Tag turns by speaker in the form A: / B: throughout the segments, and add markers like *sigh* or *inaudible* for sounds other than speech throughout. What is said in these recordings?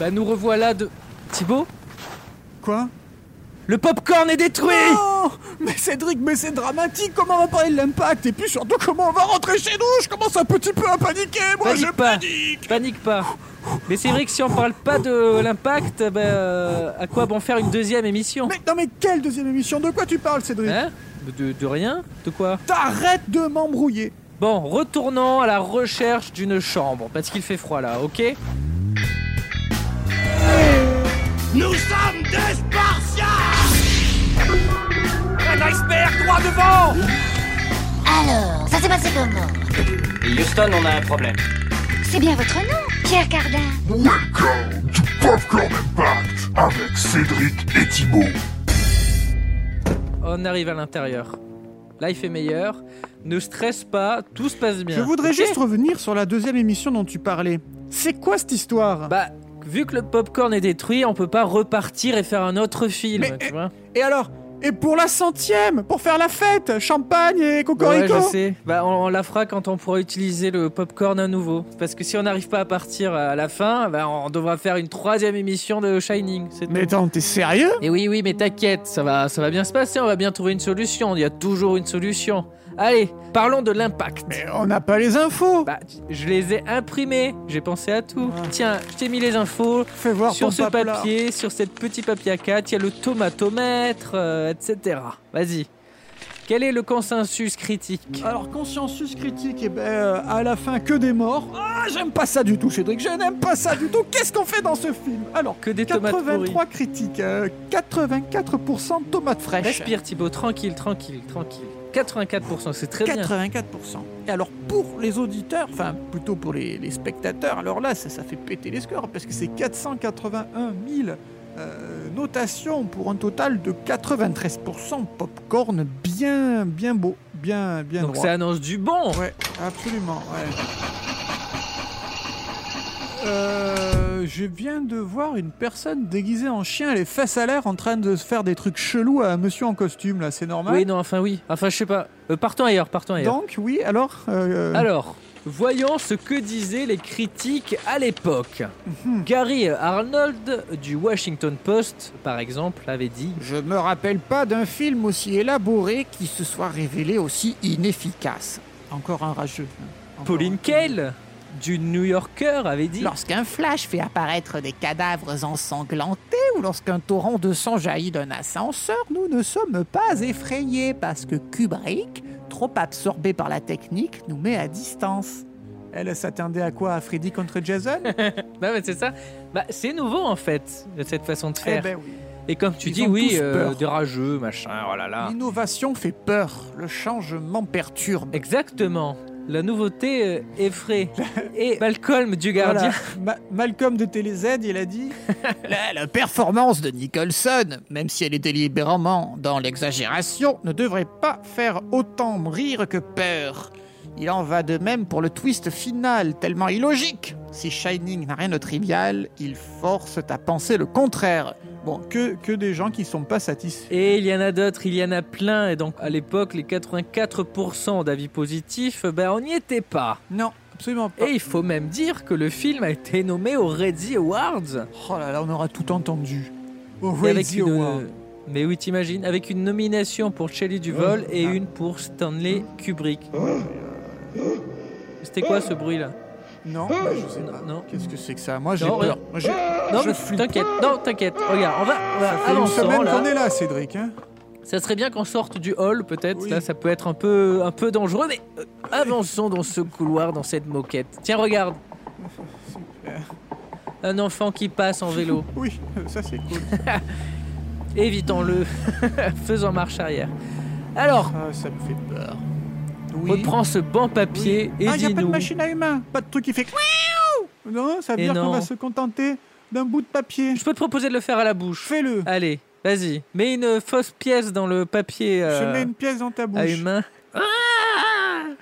A: Bah nous revoilà de... Thibaut
B: Quoi
A: Le popcorn est détruit
B: Non Mais Cédric, mais c'est dramatique Comment on va parler de l'impact Et puis surtout, comment on va rentrer chez nous Je commence un petit peu à paniquer Moi,
A: Panique
B: je
A: pas.
B: panique
A: Panique pas Mais c'est vrai que si on parle pas de l'impact, bah, euh, à quoi bon faire une deuxième émission
B: Mais non, mais quelle deuxième émission De quoi tu parles, Cédric
A: Hein de, de rien De quoi
B: T'arrêtes de m'embrouiller
A: Bon, retournons à la recherche d'une chambre, parce qu'il fait froid là, ok
C: Nous sommes des Spartiates
A: Un iceberg droit devant
D: Alors, ça s'est passé comment
E: Houston, on a un problème.
D: C'est bien votre nom, Pierre Cardin.
F: Welcome to Popcorn Impact avec Cédric et Thibaut.
A: On arrive à l'intérieur. Life est meilleur, ne stresse pas, tout se passe bien.
B: Je voudrais
A: ok
B: juste revenir sur la deuxième émission dont tu parlais. C'est quoi cette histoire
A: Bah, vu que le popcorn est détruit, on peut pas repartir et faire un autre film,
B: Mais, euh,
A: tu vois
B: Et alors Et pour la centième Pour faire la fête Champagne et
A: Ouais,
B: cocorico
A: je sais. Bah, on, on la fera quand on pourra utiliser le popcorn à nouveau. Parce que si on n'arrive pas à partir à la fin, bah, on devra faire une troisième émission de Shining. C'est
B: Mais
A: tout.
B: attends, t'es sérieux
A: Et oui, oui, mais t'inquiète, ça va, ça va bien se passer, on va bien trouver une solution. Il y a toujours une solution. Allez, parlons de l'impact.
B: Mais on n'a pas les infos
A: Bah, je les ai imprimés, j'ai pensé à tout. Tiens, je t'ai mis les infos
B: Fais voir
A: sur
B: Ah. ton
A: ce
B: papelard.
A: papier, sur cette petite papier A4, il y a le tomatomètre, euh, etc. Vas-y. Quel est le consensus critique
B: Alors, consciensus critique, et ben, euh, à la fin, que des morts. Ah, j'aime pas ça du tout, Cédric, je n'aime pas ça du tout. Qu'est-ce qu'on fait dans ce film Alors,
A: Que des tomates pourries.
B: 83 critiques, euh, 84% de tomates fraîches.
A: Respire Thibaut, tranquille, tranquille, tranquille. 84%, c'est très bien.
B: 84%. Et alors pour les auditeurs, enfin plutôt pour les, les spectateurs, alors là ça, ça fait péter les scores parce que c'est 481 000 euh, notations pour un total de 93% popcorn bien bien beau, bien bien
A: Donc
B: droit.
A: ça annonce du bon.
B: Ouais, absolument. Ouais. Euh, je viens de voir une personne déguisée en chien, les fesses à l'air, en train de se faire des trucs chelous à un monsieur en costume, là, c'est normal.
A: Oui, non, enfin oui. Enfin, je sais pas. Euh, partons ailleurs, partons ailleurs.
B: Donc, oui, alors. euh,
A: Alors, voyons ce que disaient les critiques à l'époque.
B: Mhm.
A: Gary Arnold du Washington Post, par exemple, avait dit
B: Je me rappelle pas d'un film aussi élaboré qui se soit révélé aussi inefficace. Encore un rageux. hein.
A: Pauline Kael du New Yorker avait dit
B: Lorsqu'un flash fait apparaître des cadavres ensanglantés ou lorsqu'un torrent de sang jaillit d'un ascenseur, nous ne sommes pas effrayés parce que Kubrick, trop absorbé par la technique, nous met à distance. Elle s'attendait à quoi À Freddy contre Jason
A: Bah, mais c'est ça. Bah, c'est nouveau en fait, cette façon de
B: Eh
A: faire.
B: ben oui.
A: Et comme tu
B: Ils
A: dis,
B: ont
A: oui,
B: tous
A: euh,
B: peur.
A: des rageux, machin, oh là là.
B: L'innovation fait peur, le changement perturbe.
A: Exactement. La nouveauté euh,
B: *laughs*
A: effraie. Et Malcolm du Gardien.
B: Voilà. Ma- Malcolm de TéléZ, il a dit *laughs* la, la performance de Nicholson, même si elle est délibérément dans l'exagération, ne devrait pas faire autant rire que peur. Il en va de même pour le twist final, tellement illogique. Si Shining n'a rien de trivial, il force à penser le contraire. Bon, que, que des gens qui sont pas satisfaits.
A: Et il y en a d'autres, il y en a plein. Et donc, à l'époque, les 84% d'avis positifs, ben, on n'y était pas.
B: Non, absolument pas.
A: Et il faut même dire que le film a été nommé aux Reddy Awards.
B: Oh là là, on aura tout entendu.
A: Et avec une- Mais oui, t'imagines, avec une nomination pour Shelley Duvall et
B: Ah.
A: une pour Stanley Kubrick. C'était quoi ce bruit là
B: Non, bah, je sais
A: Non,
B: pas.
A: non.
B: Qu'est-ce que c'est que ça Moi j'ai
A: Non, rien.
B: peur. Moi, j'ai-
A: Non,
B: Ah, je
A: mais
B: flippe.
A: t'inquiète, non, t'inquiète. Regarde, on va, on va
B: Ça fait Ah, une
A: avançant,
B: semaine
A: là.
B: qu'on est là, Cédric. hein.
A: Ça serait bien qu'on sorte du hall, peut-être.
B: Oui.
A: Là, ça peut être un peu, un peu dangereux, mais euh, avançons dans ce couloir, dans cette moquette. Tiens, regarde. Un enfant qui passe en vélo.
B: *laughs* Oui, ça c'est cool.
A: Évitons-le. *laughs* Faisons marche arrière. Alors,
B: Ah, ça me fait peur. Oui.
A: Oh. reprends ce banc papier et
B: ah, y a pas de
A: dis-nous.
B: machine à humain, pas de truc qui fait. couiou Non, ça veut
A: Et
B: dire qu'on
A: non.
B: va se contenter d'un bout de papier.
A: Je peux te proposer de le faire à la bouche.
B: Fais-le.
A: Allez, vas-y. Mets une fausse pièce dans le papier
B: Je
A: euh,
B: mets une pièce dans ta bouche.
A: à humain.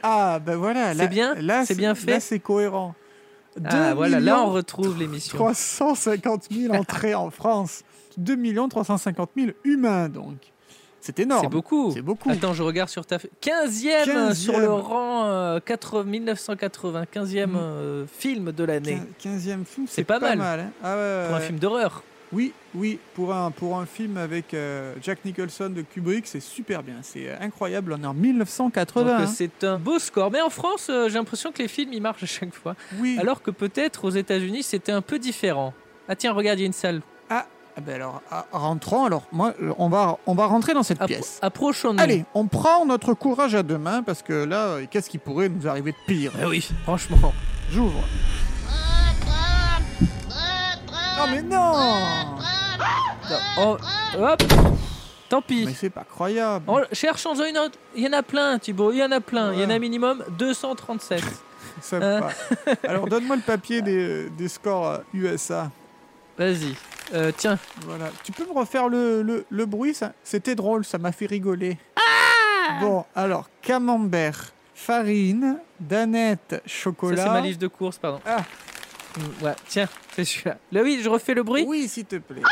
B: Ah, ben voilà.
A: C'est
B: là-
A: bien
B: Là,
A: C'est bien fait
B: Là, c'est cohérent.
A: Ah,
B: 2
A: voilà, là on
B: millions
A: retrouve l'émission.
B: 350 000 entrées en France. 2 350 000 humains, donc. C'est énorme.
A: C'est beaucoup.
B: C'est beaucoup.
A: Attends, je regarde sur ta. 15e,
B: 15e.
A: sur le rang euh, 80 1980, 15e
B: Mm.
A: euh, film de l'année.
B: 15e film,
A: C'est pas mal.
B: hein. Ah ouais, ouais,
A: Pour un
B: ouais.
A: film d'horreur.
B: Oui, oui, pour un, pour un film avec euh, Jack Nicholson de Kubrick, c'est super bien. C'est euh, incroyable. On est en
A: Donc
B: 1980.
A: euh,
B: hein.
A: c'est un beau score. Mais en France, euh, j'ai l'impression que les films, ils marchent à chaque fois.
B: Oui.
A: Alors que peut-être aux États-Unis, c'était un peu différent. Ah tiens, regarde, il y a une salle.
B: Ah ben alors, ah, rentrons. Alors, moi, euh, on va, on va rentrer dans cette
A: Appro-
B: pièce.
A: Approchons-nous.
B: Allez, on prend notre courage à deux mains parce que là, euh, qu'est-ce qui pourrait nous arriver de pire
A: Ah oui, franchement.
B: J'ouvre. Non mais non
A: Oh, hop, tant pis.
B: Mais c'est pas croyable.
A: Oh, Cherchons-en une autre. Il y en a plein, Thibaut. Il y en a plein. Il y en a
B: Ouais.
A: minimum 237.
B: Ça
A: Euh.
B: va pas. *laughs* Alors donne-moi le papier des, des scores euh, USA.
A: Vas-y. Euh, tiens.
B: Voilà. Tu peux me refaire le, le- le bruit ça C'était drôle, ça m'a fait rigoler. bon, alors camembert, farine, danette,
A: Ça,
B: chocolat.
A: c'est ma liste de courses, pardon.
B: Ah.
A: Mm, Ouais, tiens, c'est celui-là. Là, oui, je refais le bruit.
B: Oui, s'il te plaît.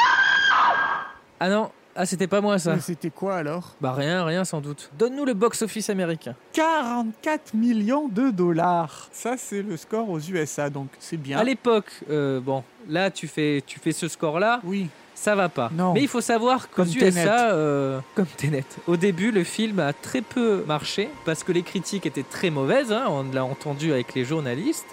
A: Ah non, ah, c'était pas moi, ça.
B: Mais c'était quoi alors
A: Bah, rien, rien, sans doute. Donne-nous le box-office américain.
B: 44 millions de dollars. Ça, c'est le score aux USA, donc c'est bien.
A: À l'époque, euh, bon, là, tu fais, tu fais ce score-là,
B: Oui.
A: ça va pas.
B: Non.
A: Mais il faut savoir qu'aux
B: Comme Tenet.
A: USA, euh, comme Tenet, au début, le film a très peu marché parce que les critiques étaient très mauvaises, hein, on l'a entendu avec les journalistes.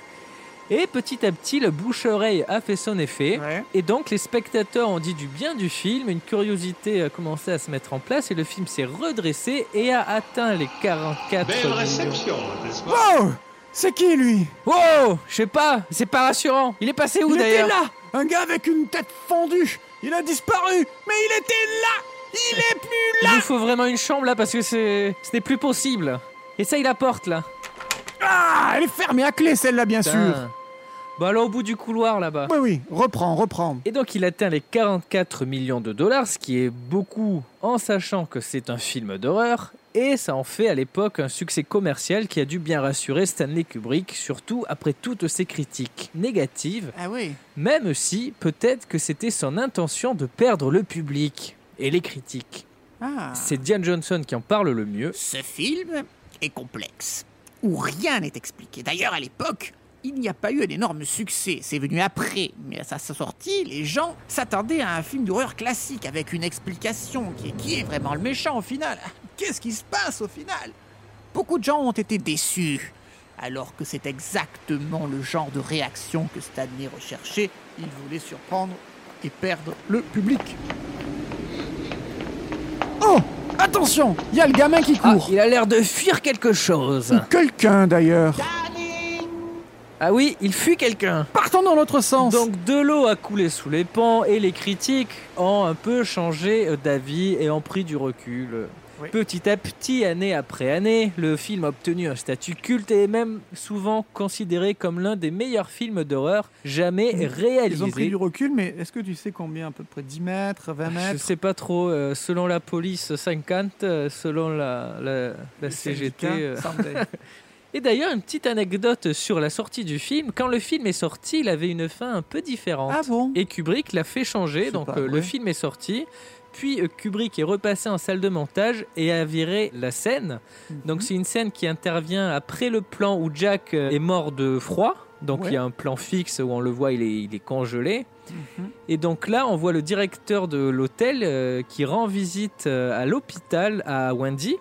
A: Et petit à petit, le bouche-oreille a fait son effet.
B: Ouais.
A: Et donc les spectateurs ont dit du bien du film, une curiosité a commencé à se mettre en place et le film s'est redressé et a atteint les 44
G: Belle
A: millions.
G: réception, n'est-ce pas
B: Oh C'est qui lui
A: Wow, je sais pas, c'est pas rassurant. Il est passé où
B: Il était
A: d'ailleurs
B: là Un gars avec une tête fendue Il a disparu Mais il était là Il est plus
A: Il nous faut vraiment une chambre là parce que c'est ce n'est plus possible. Et ça il apporte là.
B: Ah Elle est fermée à clé celle-là bien sûr
A: Putain. Bon alors au bout du couloir là-bas.
B: Oui oui, reprends, reprends.
A: Et donc il atteint les 44 millions de dollars, ce qui est beaucoup en sachant que c'est un film d'horreur. Et ça en fait à l'époque un succès commercial qui a dû bien rassurer Stanley Kubrick, surtout après toutes ses critiques négatives,
B: Ah oui
A: même si peut-être que c'était son intention de perdre le public et les critiques.
B: Ah
A: C'est Diane Johnson qui en parle le mieux.
H: Ce film est complexe, où rien n'est expliqué. D'ailleurs, à l'époque, il n'y a pas eu un énorme succès. C'est venu après, mais à sa sortie, les gens s'attendaient à un film d'horreur classique avec une explication qui est, qui est vraiment le méchant au final.
B: Qu'est-ce qui se passe au final
H: Beaucoup de gens ont été déçus, alors que c'est exactement le genre de réaction que Stanley recherchait.
B: Il voulait surprendre et perdre le public. Oh Attention Il y a le gamin qui
A: Ah,
B: court
A: il a l'air de fuir quelque chose.
B: Ou Quelqu'un d'ailleurs
A: Ah oui, il fuit quelqu'un.
B: Partons dans l'autre sens
A: Donc de l'eau a coulé sous les pans et les critiques ont un peu changé euh, d'avis et ont pris du recul.
B: Oui.
A: Petit à petit, année après année, le film a obtenu un statut culte et est même souvent considéré comme l'un des meilleurs films d'horreur jamais
B: Ils ont Ils ont
A: réalisés.
B: pris du recul, mais est-ce que tu sais combien À peu près 10 mètres, 20
A: Je
B: mètres
A: sais pas trop, euh, selon la police 50, euh, selon la, la, la CGT. euh, Et d'ailleurs, une petite anecdote sur la sortie du film. Quand le film est sorti, il avait une fin un peu différente.
B: Ah
A: *laughs*
B: bon
A: Et Kubrick l'a fait changer,
B: C'est
A: donc
B: pas
A: euh, le
B: vrai.
A: film est sorti. Puis euh, Kubrick est repassé en salle de montage et a viré la scène.
B: Mmh.
A: Donc c'est une scène qui intervient après le plan où Jack euh, est mort de froid. Donc
B: Ouais. Mmh.
A: il y a un plan fixe où on le voit, il est, il est congelé. Et donc là, on voit le directeur de l'hôtel euh, qui rend visite euh, à l'hôpital à Wendy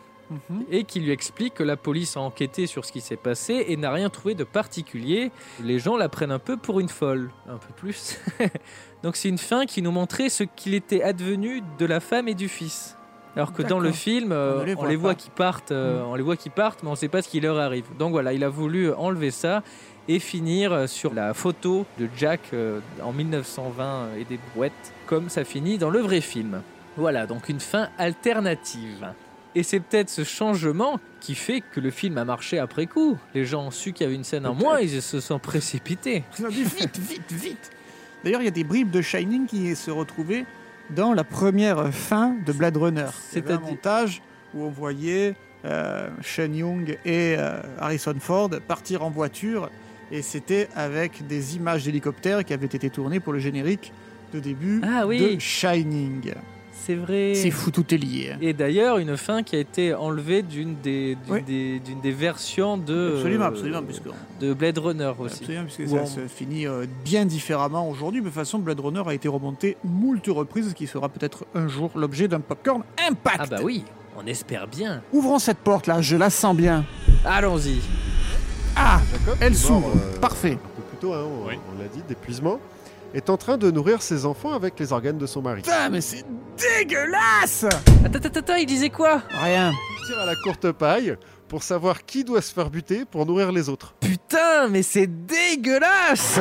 B: Mhm.
A: et qui lui explique que la police a enquêté sur ce qui s'est passé et n'a rien trouvé de particulier. Les gens la prennent un peu pour une folle, un peu plus. *laughs* Donc c'est une fin qui nous montrait ce qu'il était advenu de la femme et du fils. Alors que dans
B: D'accord.
A: le film, euh,
B: On ne les
A: on
B: voit
A: les voit
B: pas. Hmm.
A: qui partent, euh, on les voit qui partent, mais on ne sait pas ce qui leur arrive. Donc voilà, il a voulu enlever ça et finir euh, sur la photo de Jack euh, en 1920 et des brouettes, comme ça finit dans le vrai film. Voilà, donc une fin alternative. Et c'est peut-être ce changement qui fait que le film a marché après coup. Les gens ont su qu'il y avait une scène en moins, ils se sont précipités.
B: Ils ont dit vite, vite, vite. D'ailleurs, il y a des bribes de Shining qui se retrouvaient dans la première fin de Blade Runner. C'est un
A: C'est-à-dire-
B: montage où on voyait euh, Sean Young et euh, Harrison Ford partir en voiture et c'était avec des images d'hélicoptères qui avaient été tournées pour le générique de début
A: Ah oui.
B: de Shining.
A: C'est vrai.
B: C'est fou, tout est lié. hein.
A: Et d'ailleurs, une fin qui a été enlevée d'une des, d'une
B: Oui.
A: des, d'une des versions de,
B: Absolument,
A: euh,
B: absolument, puisque,
A: de Blade Runner aussi.
B: absolument, puisque
A: Ou
B: ça
A: en-
B: se finit euh, bien différemment aujourd'hui. Mais de toute façon, Blade Runner a été remonté moult reprises, ce qui sera peut-être un jour l'objet d'un popcorn impact.
A: Ah bah oui, on espère bien.
B: Ouvrons cette porte là, je la sens bien.
A: Allons-y.
B: Ah,
G: Jacob,
B: elle
G: qui est mort,
B: s'ouvre.
G: euh,
B: Parfait.
G: Un peu plus tôt, hein, on,
I: Oui.
G: on l'a dit, d'épuisement, est en train de nourrir ses enfants avec les organes de son mari.
B: Putain, mais c'est dégueulasse
A: Attends, attends, attends, il disait quoi
B: Rien.
G: Il tire à la courte paille pour savoir qui doit se faire buter pour nourrir les autres.
A: Putain, mais c'est dégueulasse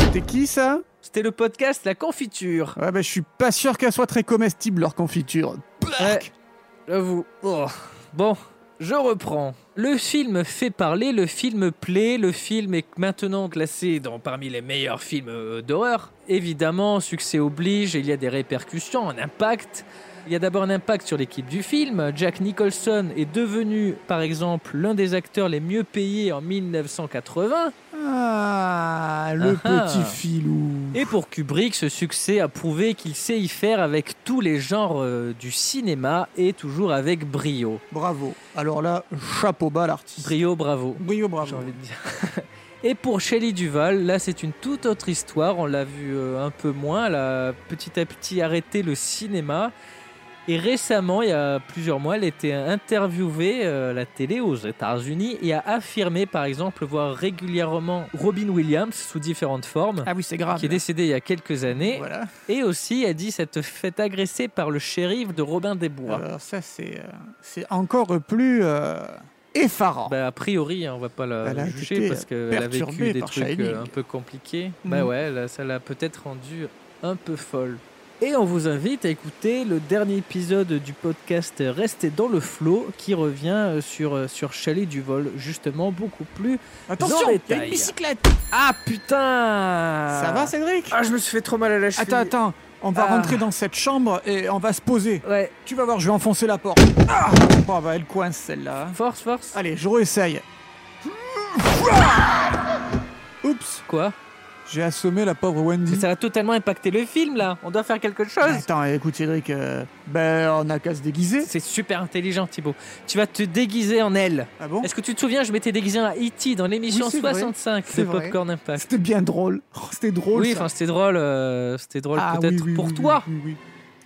B: C'était qui ça
A: C'était le podcast La Confiture.
B: Ouais, bah je suis pas sûr qu'elle soit très comestible leur confiture. Plaque.
A: J'avoue. Oh. Bon, je reprends. Le film fait parler, le film plaît, le film est maintenant classé dans, parmi les meilleurs films euh, d'horreur. Évidemment, succès oblige, il y a des répercussions, un impact. Il y a d'abord un impact sur l'équipe du film. Jack Nicholson est devenu, par exemple, l'un des acteurs les mieux payés en 1980.
B: Ah, le
A: Ah ah.
B: petit filou.
A: Et pour Kubrick, ce succès a prouvé qu'il sait y faire avec tous les genres euh, du cinéma et toujours avec brio.
B: Bravo. Alors là, chapeau bas l'artiste.
A: Brio, bravo.
B: Brio,
A: j'ai
B: bravo.
A: envie de dire. *laughs* Et pour Shelley Duval, là c'est une toute autre histoire, on l'a vu euh, un peu moins, elle a petit à petit arrêté le cinéma. Et récemment, il y a plusieurs mois, elle était interviewée euh, à la télé aux États-Unis et a affirmé par exemple voir régulièrement Robin Williams sous différentes formes,
B: Ah oui, c'est grave.
A: qui est décédé il y a quelques années.
B: Voilà.
A: Et aussi, elle dit s'être fait agresser par le shérif de Robin des Bois.
B: Alors ça, c'est euh, c'est encore plus euh, effarant.
A: Bah, a priori, hein, on va pas la
B: Elle a
A: juger
B: été
A: parce qu'elle a vécu
B: perturbée
A: des
B: par
A: trucs
B: Shining.
A: euh, un peu compliqués.
B: Mhm.
A: Bah ouais, là, ça l'a peut-être rendue un peu folle. Et on vous invite à écouter le dernier épisode du podcast Restez dans le flot qui revient euh, sur, euh, sur Chalet du vol, justement beaucoup plus.
B: Attention,
A: dans les
B: il y a
A: tailles.
B: une bicyclette.
A: Ah putain
B: Ça va, Cédric
A: Ah, je me suis fait trop mal à la cheville.
B: Attends, attends. On va
A: Ah.
B: rentrer dans cette chambre et on va se poser.
A: Ouais,
B: Tu vas voir, je vais enfoncer la porte. Ah Bon, bah elle coince celle-là.
A: force, force.
B: Allez, je réessaye. Ah, Oups, Mm.
A: Quoi
B: j'ai assommé la pauvre Wendy.
A: Mais ça a totalement impacté le film là. On doit faire quelque chose.
B: Attends, écoute Cédric, euh, ben on a qu'à se déguiser.
A: C'est super intelligent, Thibaut. Tu vas te déguiser en elle.
B: Ah bon
A: Est-ce que tu te souviens, je m'étais déguisé en E.T. dans l'émission
B: Oui, c'est vrai.
A: 65
B: C'est
A: de
B: vrai.
A: Popcorn Impact.
B: C'était bien drôle. Oh, C'était drôle.
A: oui,
B: ça.
A: enfin, c'était drôle. euh, c'était drôle
B: Ah,
A: peut-être
B: oui, oui,
A: pour
B: oui,
A: toi.
B: oui, oui, oui.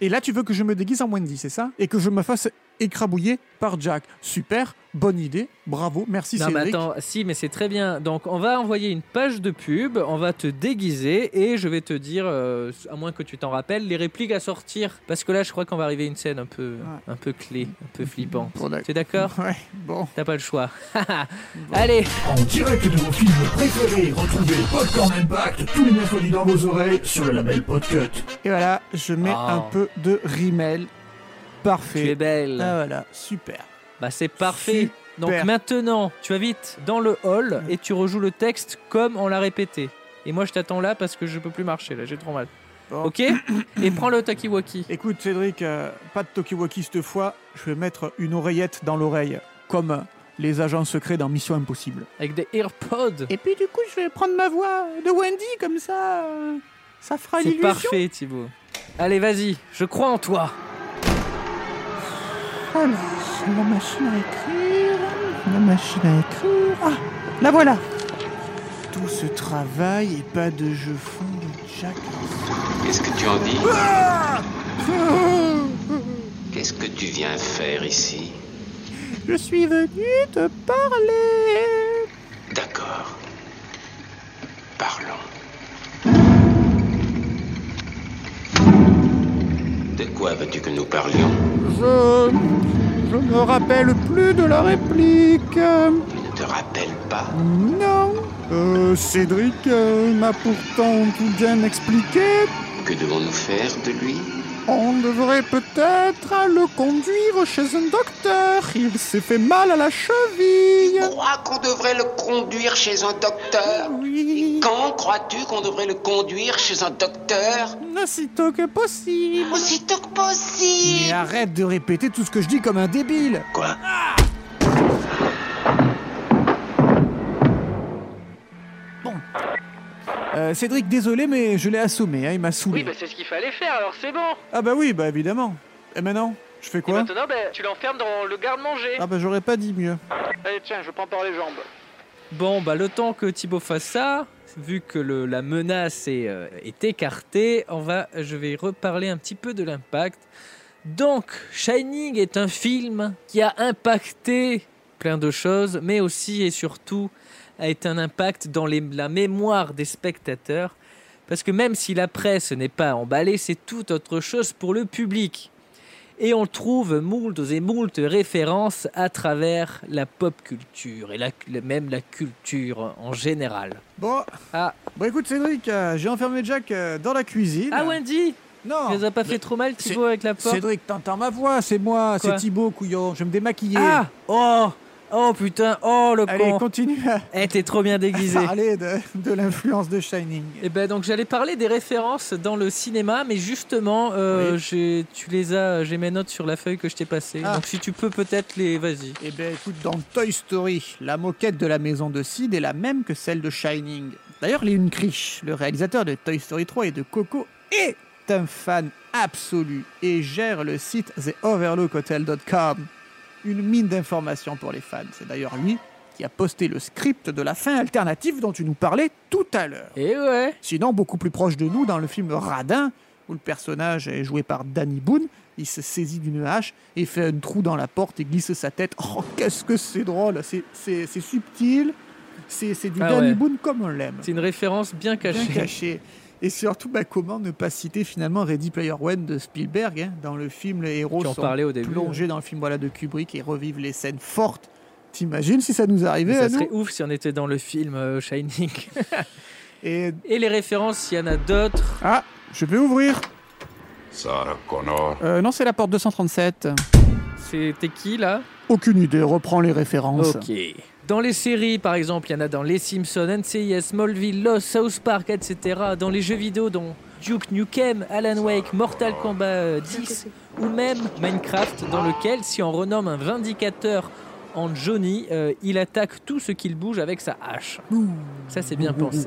B: Et là, tu veux que je me déguise en Wendy, c'est ça Et que je me fasse écrabouiller par Jack. Super, bonne idée, bravo, merci
A: non, mais
B: Cédric.
A: attends, si, mais c'est très bien. Donc, on va envoyer une page de pub, on va te déguiser et je vais te dire, euh, à moins que tu t'en rappelles, les répliques à sortir. Parce que là, je crois qu'on va arriver à une scène un peu,
B: Ouais.
A: un peu clé, un peu flippant.
B: Bon, d'accord.
A: Tu es d'accord
B: *laughs* Ouais, bon.
A: T'as pas le choix. *laughs* Allez,
F: En direct de vos films préférés, retrouvez Popcorn Impact tous les mercredis dans vos oreilles sur le label Podcut.
B: Et voilà, je mets
A: Ah.
B: un peu de rimel.
A: tu
B: Parfait.
A: es belle.
B: Ah voilà, super.
A: Bah c'est parfait. Donc
B: Super.
A: maintenant, tu vas vite dans le hall et tu rejoues le texte comme on l'a répété. Et moi je t'attends là parce que je peux plus marcher là, j'ai trop mal.
B: Bon. *coughs*
A: Ok Et prends le Takiwaki.
B: Écoute Cédric, euh, pas de Tokiwaki cette fois, je vais mettre une oreillette dans l'oreille, comme euh, les agents secrets dans Mission Impossible.
A: Avec des AirPods.
B: Et puis du coup, je vais prendre ma voix de Wendy, comme ça, euh, ça fera
A: C'est
B: l'illusion.
A: parfait Thibaut. Allez vas-y, je crois en toi.
B: Alors, la machine à écrire, la machine à écrire. Ah, la voilà. Tout ce travail et pas de jeu fond de Jack.
J: Qu'est-ce que tu en dis
B: Ah
J: Qu'est-ce que tu viens faire ici
B: Je suis venu te parler.
J: D'accord. Parlons. De quoi veux-tu que nous parlions
B: Je. Je me rappelle plus de la réplique.
J: Tu ne te rappelles pas
B: Non. Euh, Cédric euh, m'a pourtant tout bien expliqué.
J: Que devons-nous faire de lui
B: On devrait peut-être le conduire chez un docteur. Il s'est fait mal à la cheville.
J: Crois qu'on devrait le conduire chez un docteur
B: Oui.
J: Quand crois-tu qu'on devrait le conduire chez un docteur
B: Aussitôt que possible.
J: Aussitôt que possible
B: Mais arrête de répéter tout ce que je dis comme un débile.
J: Quoi
B: Euh, Cédric, désolé, mais je l'ai assommé, hein, il m'a saoulé.
I: Oui, bah c'est ce qu'il fallait faire, alors c'est bon.
B: Ah bah oui, bah évidemment. Et maintenant, je fais
I: Et
B: quoi
I: maintenant, bah, tu l'enfermes dans le garde-manger.
B: Ah bah j'aurais pas dit mieux.
I: Allez, tiens, je prends par les jambes.
A: Bon, bah, le temps que Thibaut fasse ça, vu que le- la menace est, euh, est écartée, on va, je vais reparler un petit peu de l'impact. Donc, Shining est un film qui a impacté plein de choses, mais aussi et surtout a été un impact dans les- la mémoire des spectateurs. Parce que même si la presse n'est pas emballée, c'est tout autre chose pour le public. Et on trouve moult et moult références à travers la pop culture et la- même la culture en général.
B: Bon,
A: Ah.
B: bon écoute Cédric, euh, j'ai enfermé Jack euh, dans la cuisine.
A: Ah Wendy
B: Non
A: Tu les as pas fait trop mal Thibaut avec la porte
B: Cédric, t'entends ma voix, c'est moi, c'est
A: Quoi
B: Thibaut, couillon, je vais me démaquiller.
A: Ah Oh Oh putain Oh le
B: Allez,
A: con
B: continue à
A: *laughs* Eh t'es trop bien *laughs* déguisé
B: parler de, de l'influence de Shining.
A: Et ben donc j'allais parler des références dans le cinéma, mais justement, euh, j'ai- tu les as, j'ai mes notes sur la feuille que je t'ai passée.
B: Ah.
A: Donc si tu peux peut-être les, vas-y.
B: Eh ben écoute, dans Toy Story, la moquette de la maison de Sid est la même que celle de Shining. D'ailleurs, Léon Krish, le réalisateur de Toy Story 3 et de Coco, est un fan absolu et gère le site theoverlookhotel.com. Une mine d'informations pour les fans. C'est d'ailleurs lui qui a posté le script de la fin alternative dont tu nous parlais tout à l'heure.
A: Et Eh ouais.
B: Sinon, beaucoup plus proche de nous, dans le film Radin, où le personnage est joué par Danny Boone, il se saisit d'une hache et fait un trou dans la porte et glisse sa tête. Oh, qu'est-ce que c'est drôle C'est- C'est c'est subtil, c'est c'est du
A: Ah
B: Danny
A: ouais.
B: Boone comme on l'aime.
A: C'est une référence bien
B: Bien
A: cachée.
B: caché. Et surtout, bah, comment ne pas citer finalement Ready Player One de Spielberg hein Dans le film, les héros
A: Tu en
B: sont
A: parlais au début.
B: plongés dans le film voilà, de Kubrick et revivent les scènes fortes. T'imagines si ça nous arrivait
A: Mais ça
B: à nous
A: serait ouf si on était dans le film euh, Shining.
B: Et
A: Et les références, il y en a d'autres.
B: ah, je vais ouvrir.
C: Sarah Connor.
B: Euh, non, c'est la porte 237.
A: C'était qui là
B: Aucune idée, reprends les références.
A: Ok. Dans les séries, par exemple, il y en a dans Les Simpsons, NCIS, Smallville, Lost, South Park, etc. Dans les jeux vidéo, dont Duke Nukem, Alan Wake, Mortal Kombat euh, 10, ou même Minecraft, dans lequel, si on renomme un vindicateur en Johnny, euh, il attaque tout ce qu'il bouge avec sa hache. Ça, c'est bien pensé.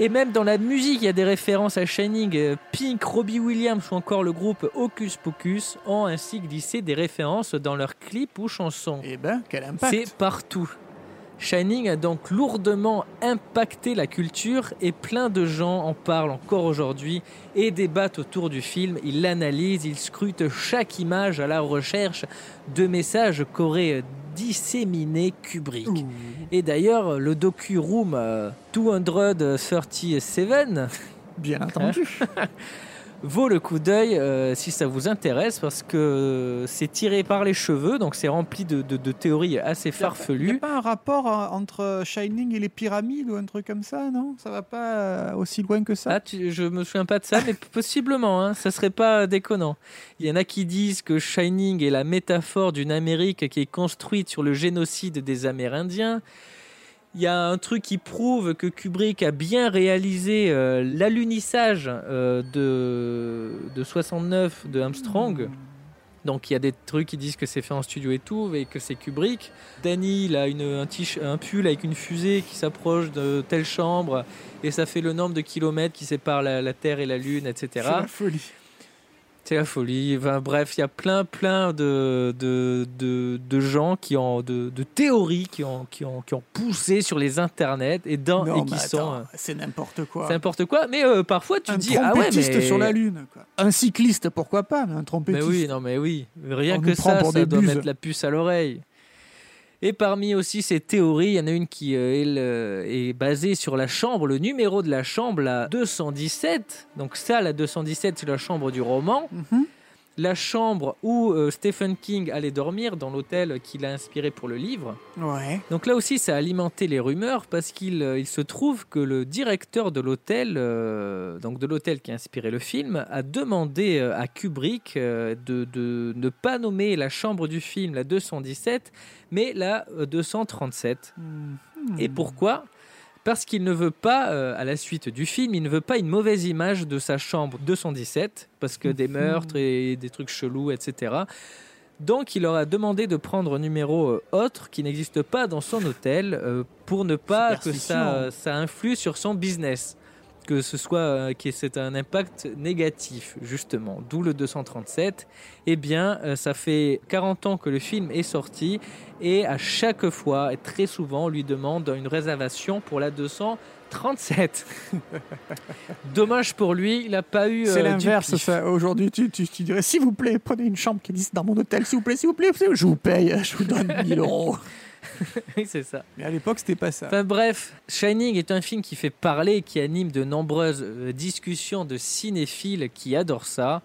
A: Et même dans la musique, il y a des références à Shining, euh, Pink, Robbie Williams ou encore le groupe Hocus Pocus ont ainsi glissé des références dans leurs clips ou chansons.
B: Eh ben, quel impact.
A: C'est partout. Shining a donc lourdement impacté la culture et plein de gens en parlent encore aujourd'hui et débattent autour du film. Ils l'analysent, ils scrutent chaque image à la recherche de messages qu'aurait disséminé Kubrick. Et d'ailleurs, le docu Room euh, 237
B: Bien
A: Hein
B: entendu.
A: *laughs* vaut le coup d'œil euh, si ça vous intéresse parce que c'est tiré par les cheveux, donc c'est rempli de, de- de théories assez
B: Il n'y a
A: farfelues.
B: pas un rapport euh, entre Shining et les pyramides ou un truc comme ça, non Ça va pas euh, aussi loin que ça
A: Ah, tu- je me souviens pas de ça, mais possiblement, hein, ça serait pas déconnant. Il y en a qui disent que Shining est la métaphore d'une Amérique qui est construite sur le génocide des Amérindiens. Il y a un truc qui prouve que Kubrick a bien réalisé euh, l'alunissage euh, de, de 69 de Armstrong. Donc il y a des trucs qui disent que c'est fait en studio et tout, et que c'est Kubrick. Danny, il a une, un, t-sh- un pull avec une fusée qui s'approche de telle chambre, et ça fait le nombre de kilomètres qui séparent la, la Terre et la Lune,
B: C'est
A: etc.
B: la folie.
A: C'est la folie. Enfin, bref, il y a plein, plein de, de, de, de gens qui ont, de, de théories qui ont, qui, ont, qui ont poussé sur les internets et, dans,
B: Non,
A: et qui
B: mais
A: sont.
B: attends,
A: euh,
B: c'est n'importe quoi.
A: C'est n'importe quoi, mais euh, parfois tu
B: un
A: dis ah ouais
B: trompettiste
A: mais
B: sur la lune, quoi. Un cycliste, pourquoi pas, mais un trompettiste.
A: Mais Bah oui, non, mais oui. Rien
B: On nous
A: que
B: prend
A: ça,
B: pour
A: ça
B: des
A: doit
B: buses.
A: mettre la puce à l'oreille. Et parmi aussi ces théories, il y en a une qui euh, elle, euh, est basée sur la chambre, le numéro de la chambre, la 217. Donc ça, la 217, c'est la chambre du roman.
B: Mhm.
A: La chambre où euh, Stephen King allait dormir dans l'hôtel qu'il a inspiré pour le livre.
B: Ouais.
A: Donc là aussi, ça a alimenté les rumeurs parce qu'il euh, il se trouve que le directeur de l'hôtel, euh, donc de l'hôtel qui a inspiré le film, a demandé euh, à Kubrick euh, de, de ne pas nommer la chambre du film la 217, mais la euh, 237.
B: Hmm.
A: Et pourquoi Parce qu'il ne veut pas, euh, à la suite du film, il ne veut pas une mauvaise image de sa chambre 217, parce que des meurtres et des trucs chelous, etc. Donc il leur a demandé de prendre un numéro euh, autre qui n'existe pas dans son hôtel euh, pour ne pas que ça,
B: Superstition.
A: ça influe sur son business. que ce soit euh, que c'est un impact négatif justement, d'où le 237. Eh bien, euh, ça fait 40 ans que le film est sorti et à chaque fois, et très souvent, on lui demande une réservation pour la 237. *laughs* Dommage pour lui, il n'a pas eu.
B: C'est
A: euh, du
B: l'inverse,
A: pif.
B: ça. Aujourd'hui, tu, tu- tu dirais, s'il vous plaît, prenez une chambre qui existe dans mon hôtel, s'il vous plaît, s'il vous plaît, je vous paye, je vous donne 1000 euros.
A: *laughs* Oui, c'est ça.
B: Mais à l'époque, c'était pas ça.
A: Enfin bref, Shining est un film qui fait parler et qui anime de nombreuses euh, discussions de cinéphiles qui adorent ça.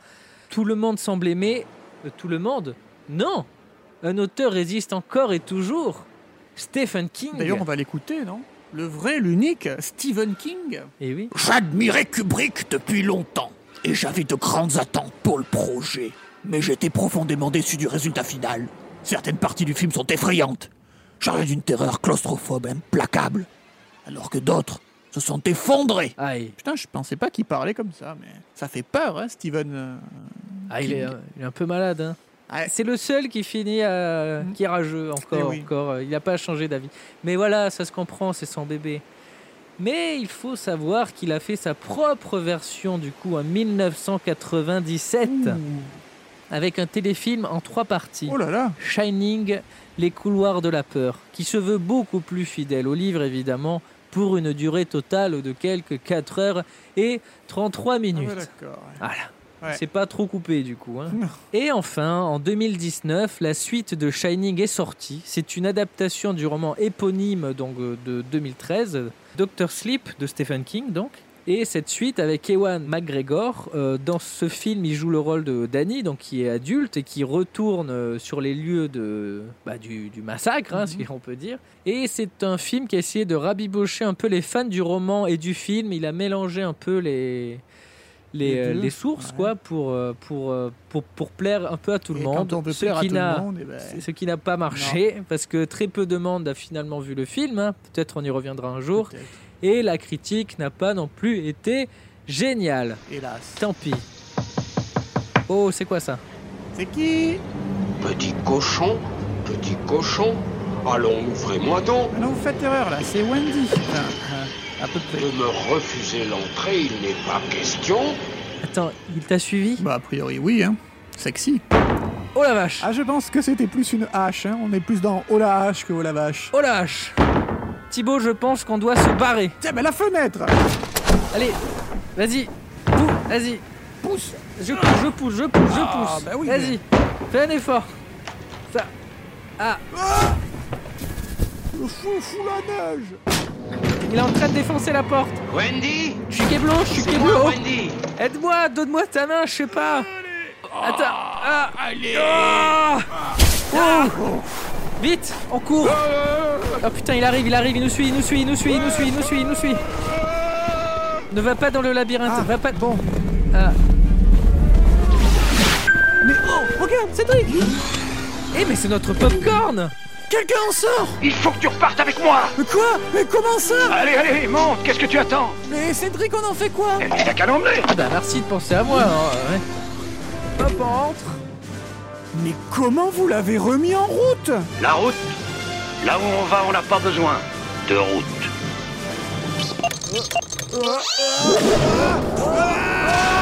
A: Tout le monde semble aimer. Euh, tout le monde Non Un auteur résiste encore et toujours Stephen King
B: D'ailleurs, on va l'écouter, non Le vrai, l'unique, Stephen King.
A: Eh oui.
H: J'admirais Kubrick depuis longtemps et j'avais de grandes attentes pour le projet, mais j'étais profondément déçu du résultat final. Certaines parties du film sont effrayantes. J'aurais d'une terreur claustrophobe implacable, alors que d'autres se sont effondrées.
A: Aïe.
B: Putain, je pensais pas qu'il parlait comme ça, mais ça fait peur, hein, Steven. euh,
A: Ah, il, est,
B: King.
A: euh, il est un peu malade. hein.
B: Ah,
A: C'est le seul qui finit à...
B: Mm.
A: qui est rageux encore.
B: Eh oui.
A: encore. euh, Il n'a pas changé d'avis. Mais voilà, ça se comprend, c'est son bébé. Mais il faut savoir qu'il a fait sa propre version du coup en 1997 avec un téléfilm en trois parties.
B: Oh là là
A: Shining, Les couloirs de la peur, qui se veut beaucoup plus fidèle au livre évidemment pour une durée totale de quelques 4 heures et 33
B: Ah ouais,
A: minutes.
B: D'accord.
A: Voilà.
B: Ouais.
A: C'est pas trop coupé du coup. hein.
B: Non.
A: Et enfin, en 2019, la suite de Shining est sortie. C'est une adaptation du roman éponyme donc, euh, de 2013, Doctor Sleep de Stephen King donc. Et cette suite avec Ewan McGregor, euh, dans ce film, il joue le rôle de Danny, donc qui est adulte et qui retourne euh, sur les lieux de, bah, du, du massacre, hein, si on peut dire. Et c'est un film qui a essayé de rabibocher un peu les fans du roman et du film. Il a mélangé un peu les, les,
B: Les
A: euh,
B: deux.
A: les sources,
B: Ouais.
A: quoi, pour, euh, pour, euh, pour, pour plaire un peu à tout le
B: Et
A: monde.
B: Quand on veut
A: ce
B: plaire à
A: qui
B: tout le
A: n'a-
B: monde, eh ben,
A: ce qui n'a pas marché, parce que très peu de monde a finalement vu le film. hein. Peut-être on y reviendra un jour.
B: peut-être.
A: Et la critique n'a pas non plus été géniale.
B: Hélas.
A: Tant pis. Oh, c'est quoi ça
B: C'est qui
J: Petit cochon, petit cochon, allons, ouvrez-moi donc.
B: Ah Non, vous faites erreur là, c'est Wendy. Enfin, euh,
A: À peu près.
J: De me refuser l'entrée, il n'est pas question.
A: Attends, il t'a suivi
B: Bah, a priori, oui, hein. Sexy.
A: Oh la vache
B: Ah, je pense que c'était plus une hache, hein. On est plus dans oh la hache que oh la vache.
A: Oh la vache Thibaut, je pense qu'on doit se barrer.
B: Tiens, mais la fenêtre
A: Allez, vas-y, pousse, vas-y, pousse. Je pousse, je pousse, je pousse, je
B: Ah,
A: pousse.
B: bah oui,
A: vas-y, fais un effort. Ça. Ah,
B: Le fou, fou la neige
A: il est en train de défoncer la porte.
J: Wendy
A: Je suis Keblo, je suis
J: C'est
A: Keblo.
J: moi, Wendy
A: Aide-moi, donne-moi ta main, je sais pas. Attends. Ah.
J: Allez
A: Ah. Oh. Vite, on court. Oh putain, il arrive, il arrive, il nous suit, il nous suit, il nous suit, il nous suit, il nous suit, il nous suit. Ne va pas dans le labyrinthe,
B: Ah,
A: va pas.
B: Bon.
A: Ah.
B: Mais oh, regarde, Cédric
A: Eh mais c'est notre popcorn.
B: Quelqu'un en sort
I: Il faut que tu repartes avec moi
B: Mais quoi Mais comment ça
I: Allez, allez, monte Qu'est-ce que tu attends
B: Mais Cédric, on en fait quoi
I: Eh, T'as qu'à l'emmener
A: Ah bah merci de penser à moi. hein, ouais.
B: Hop, on rentre Mais comment vous l'avez remis en route
I: La route Là où on va, on n'a pas besoin de route.
B: Ah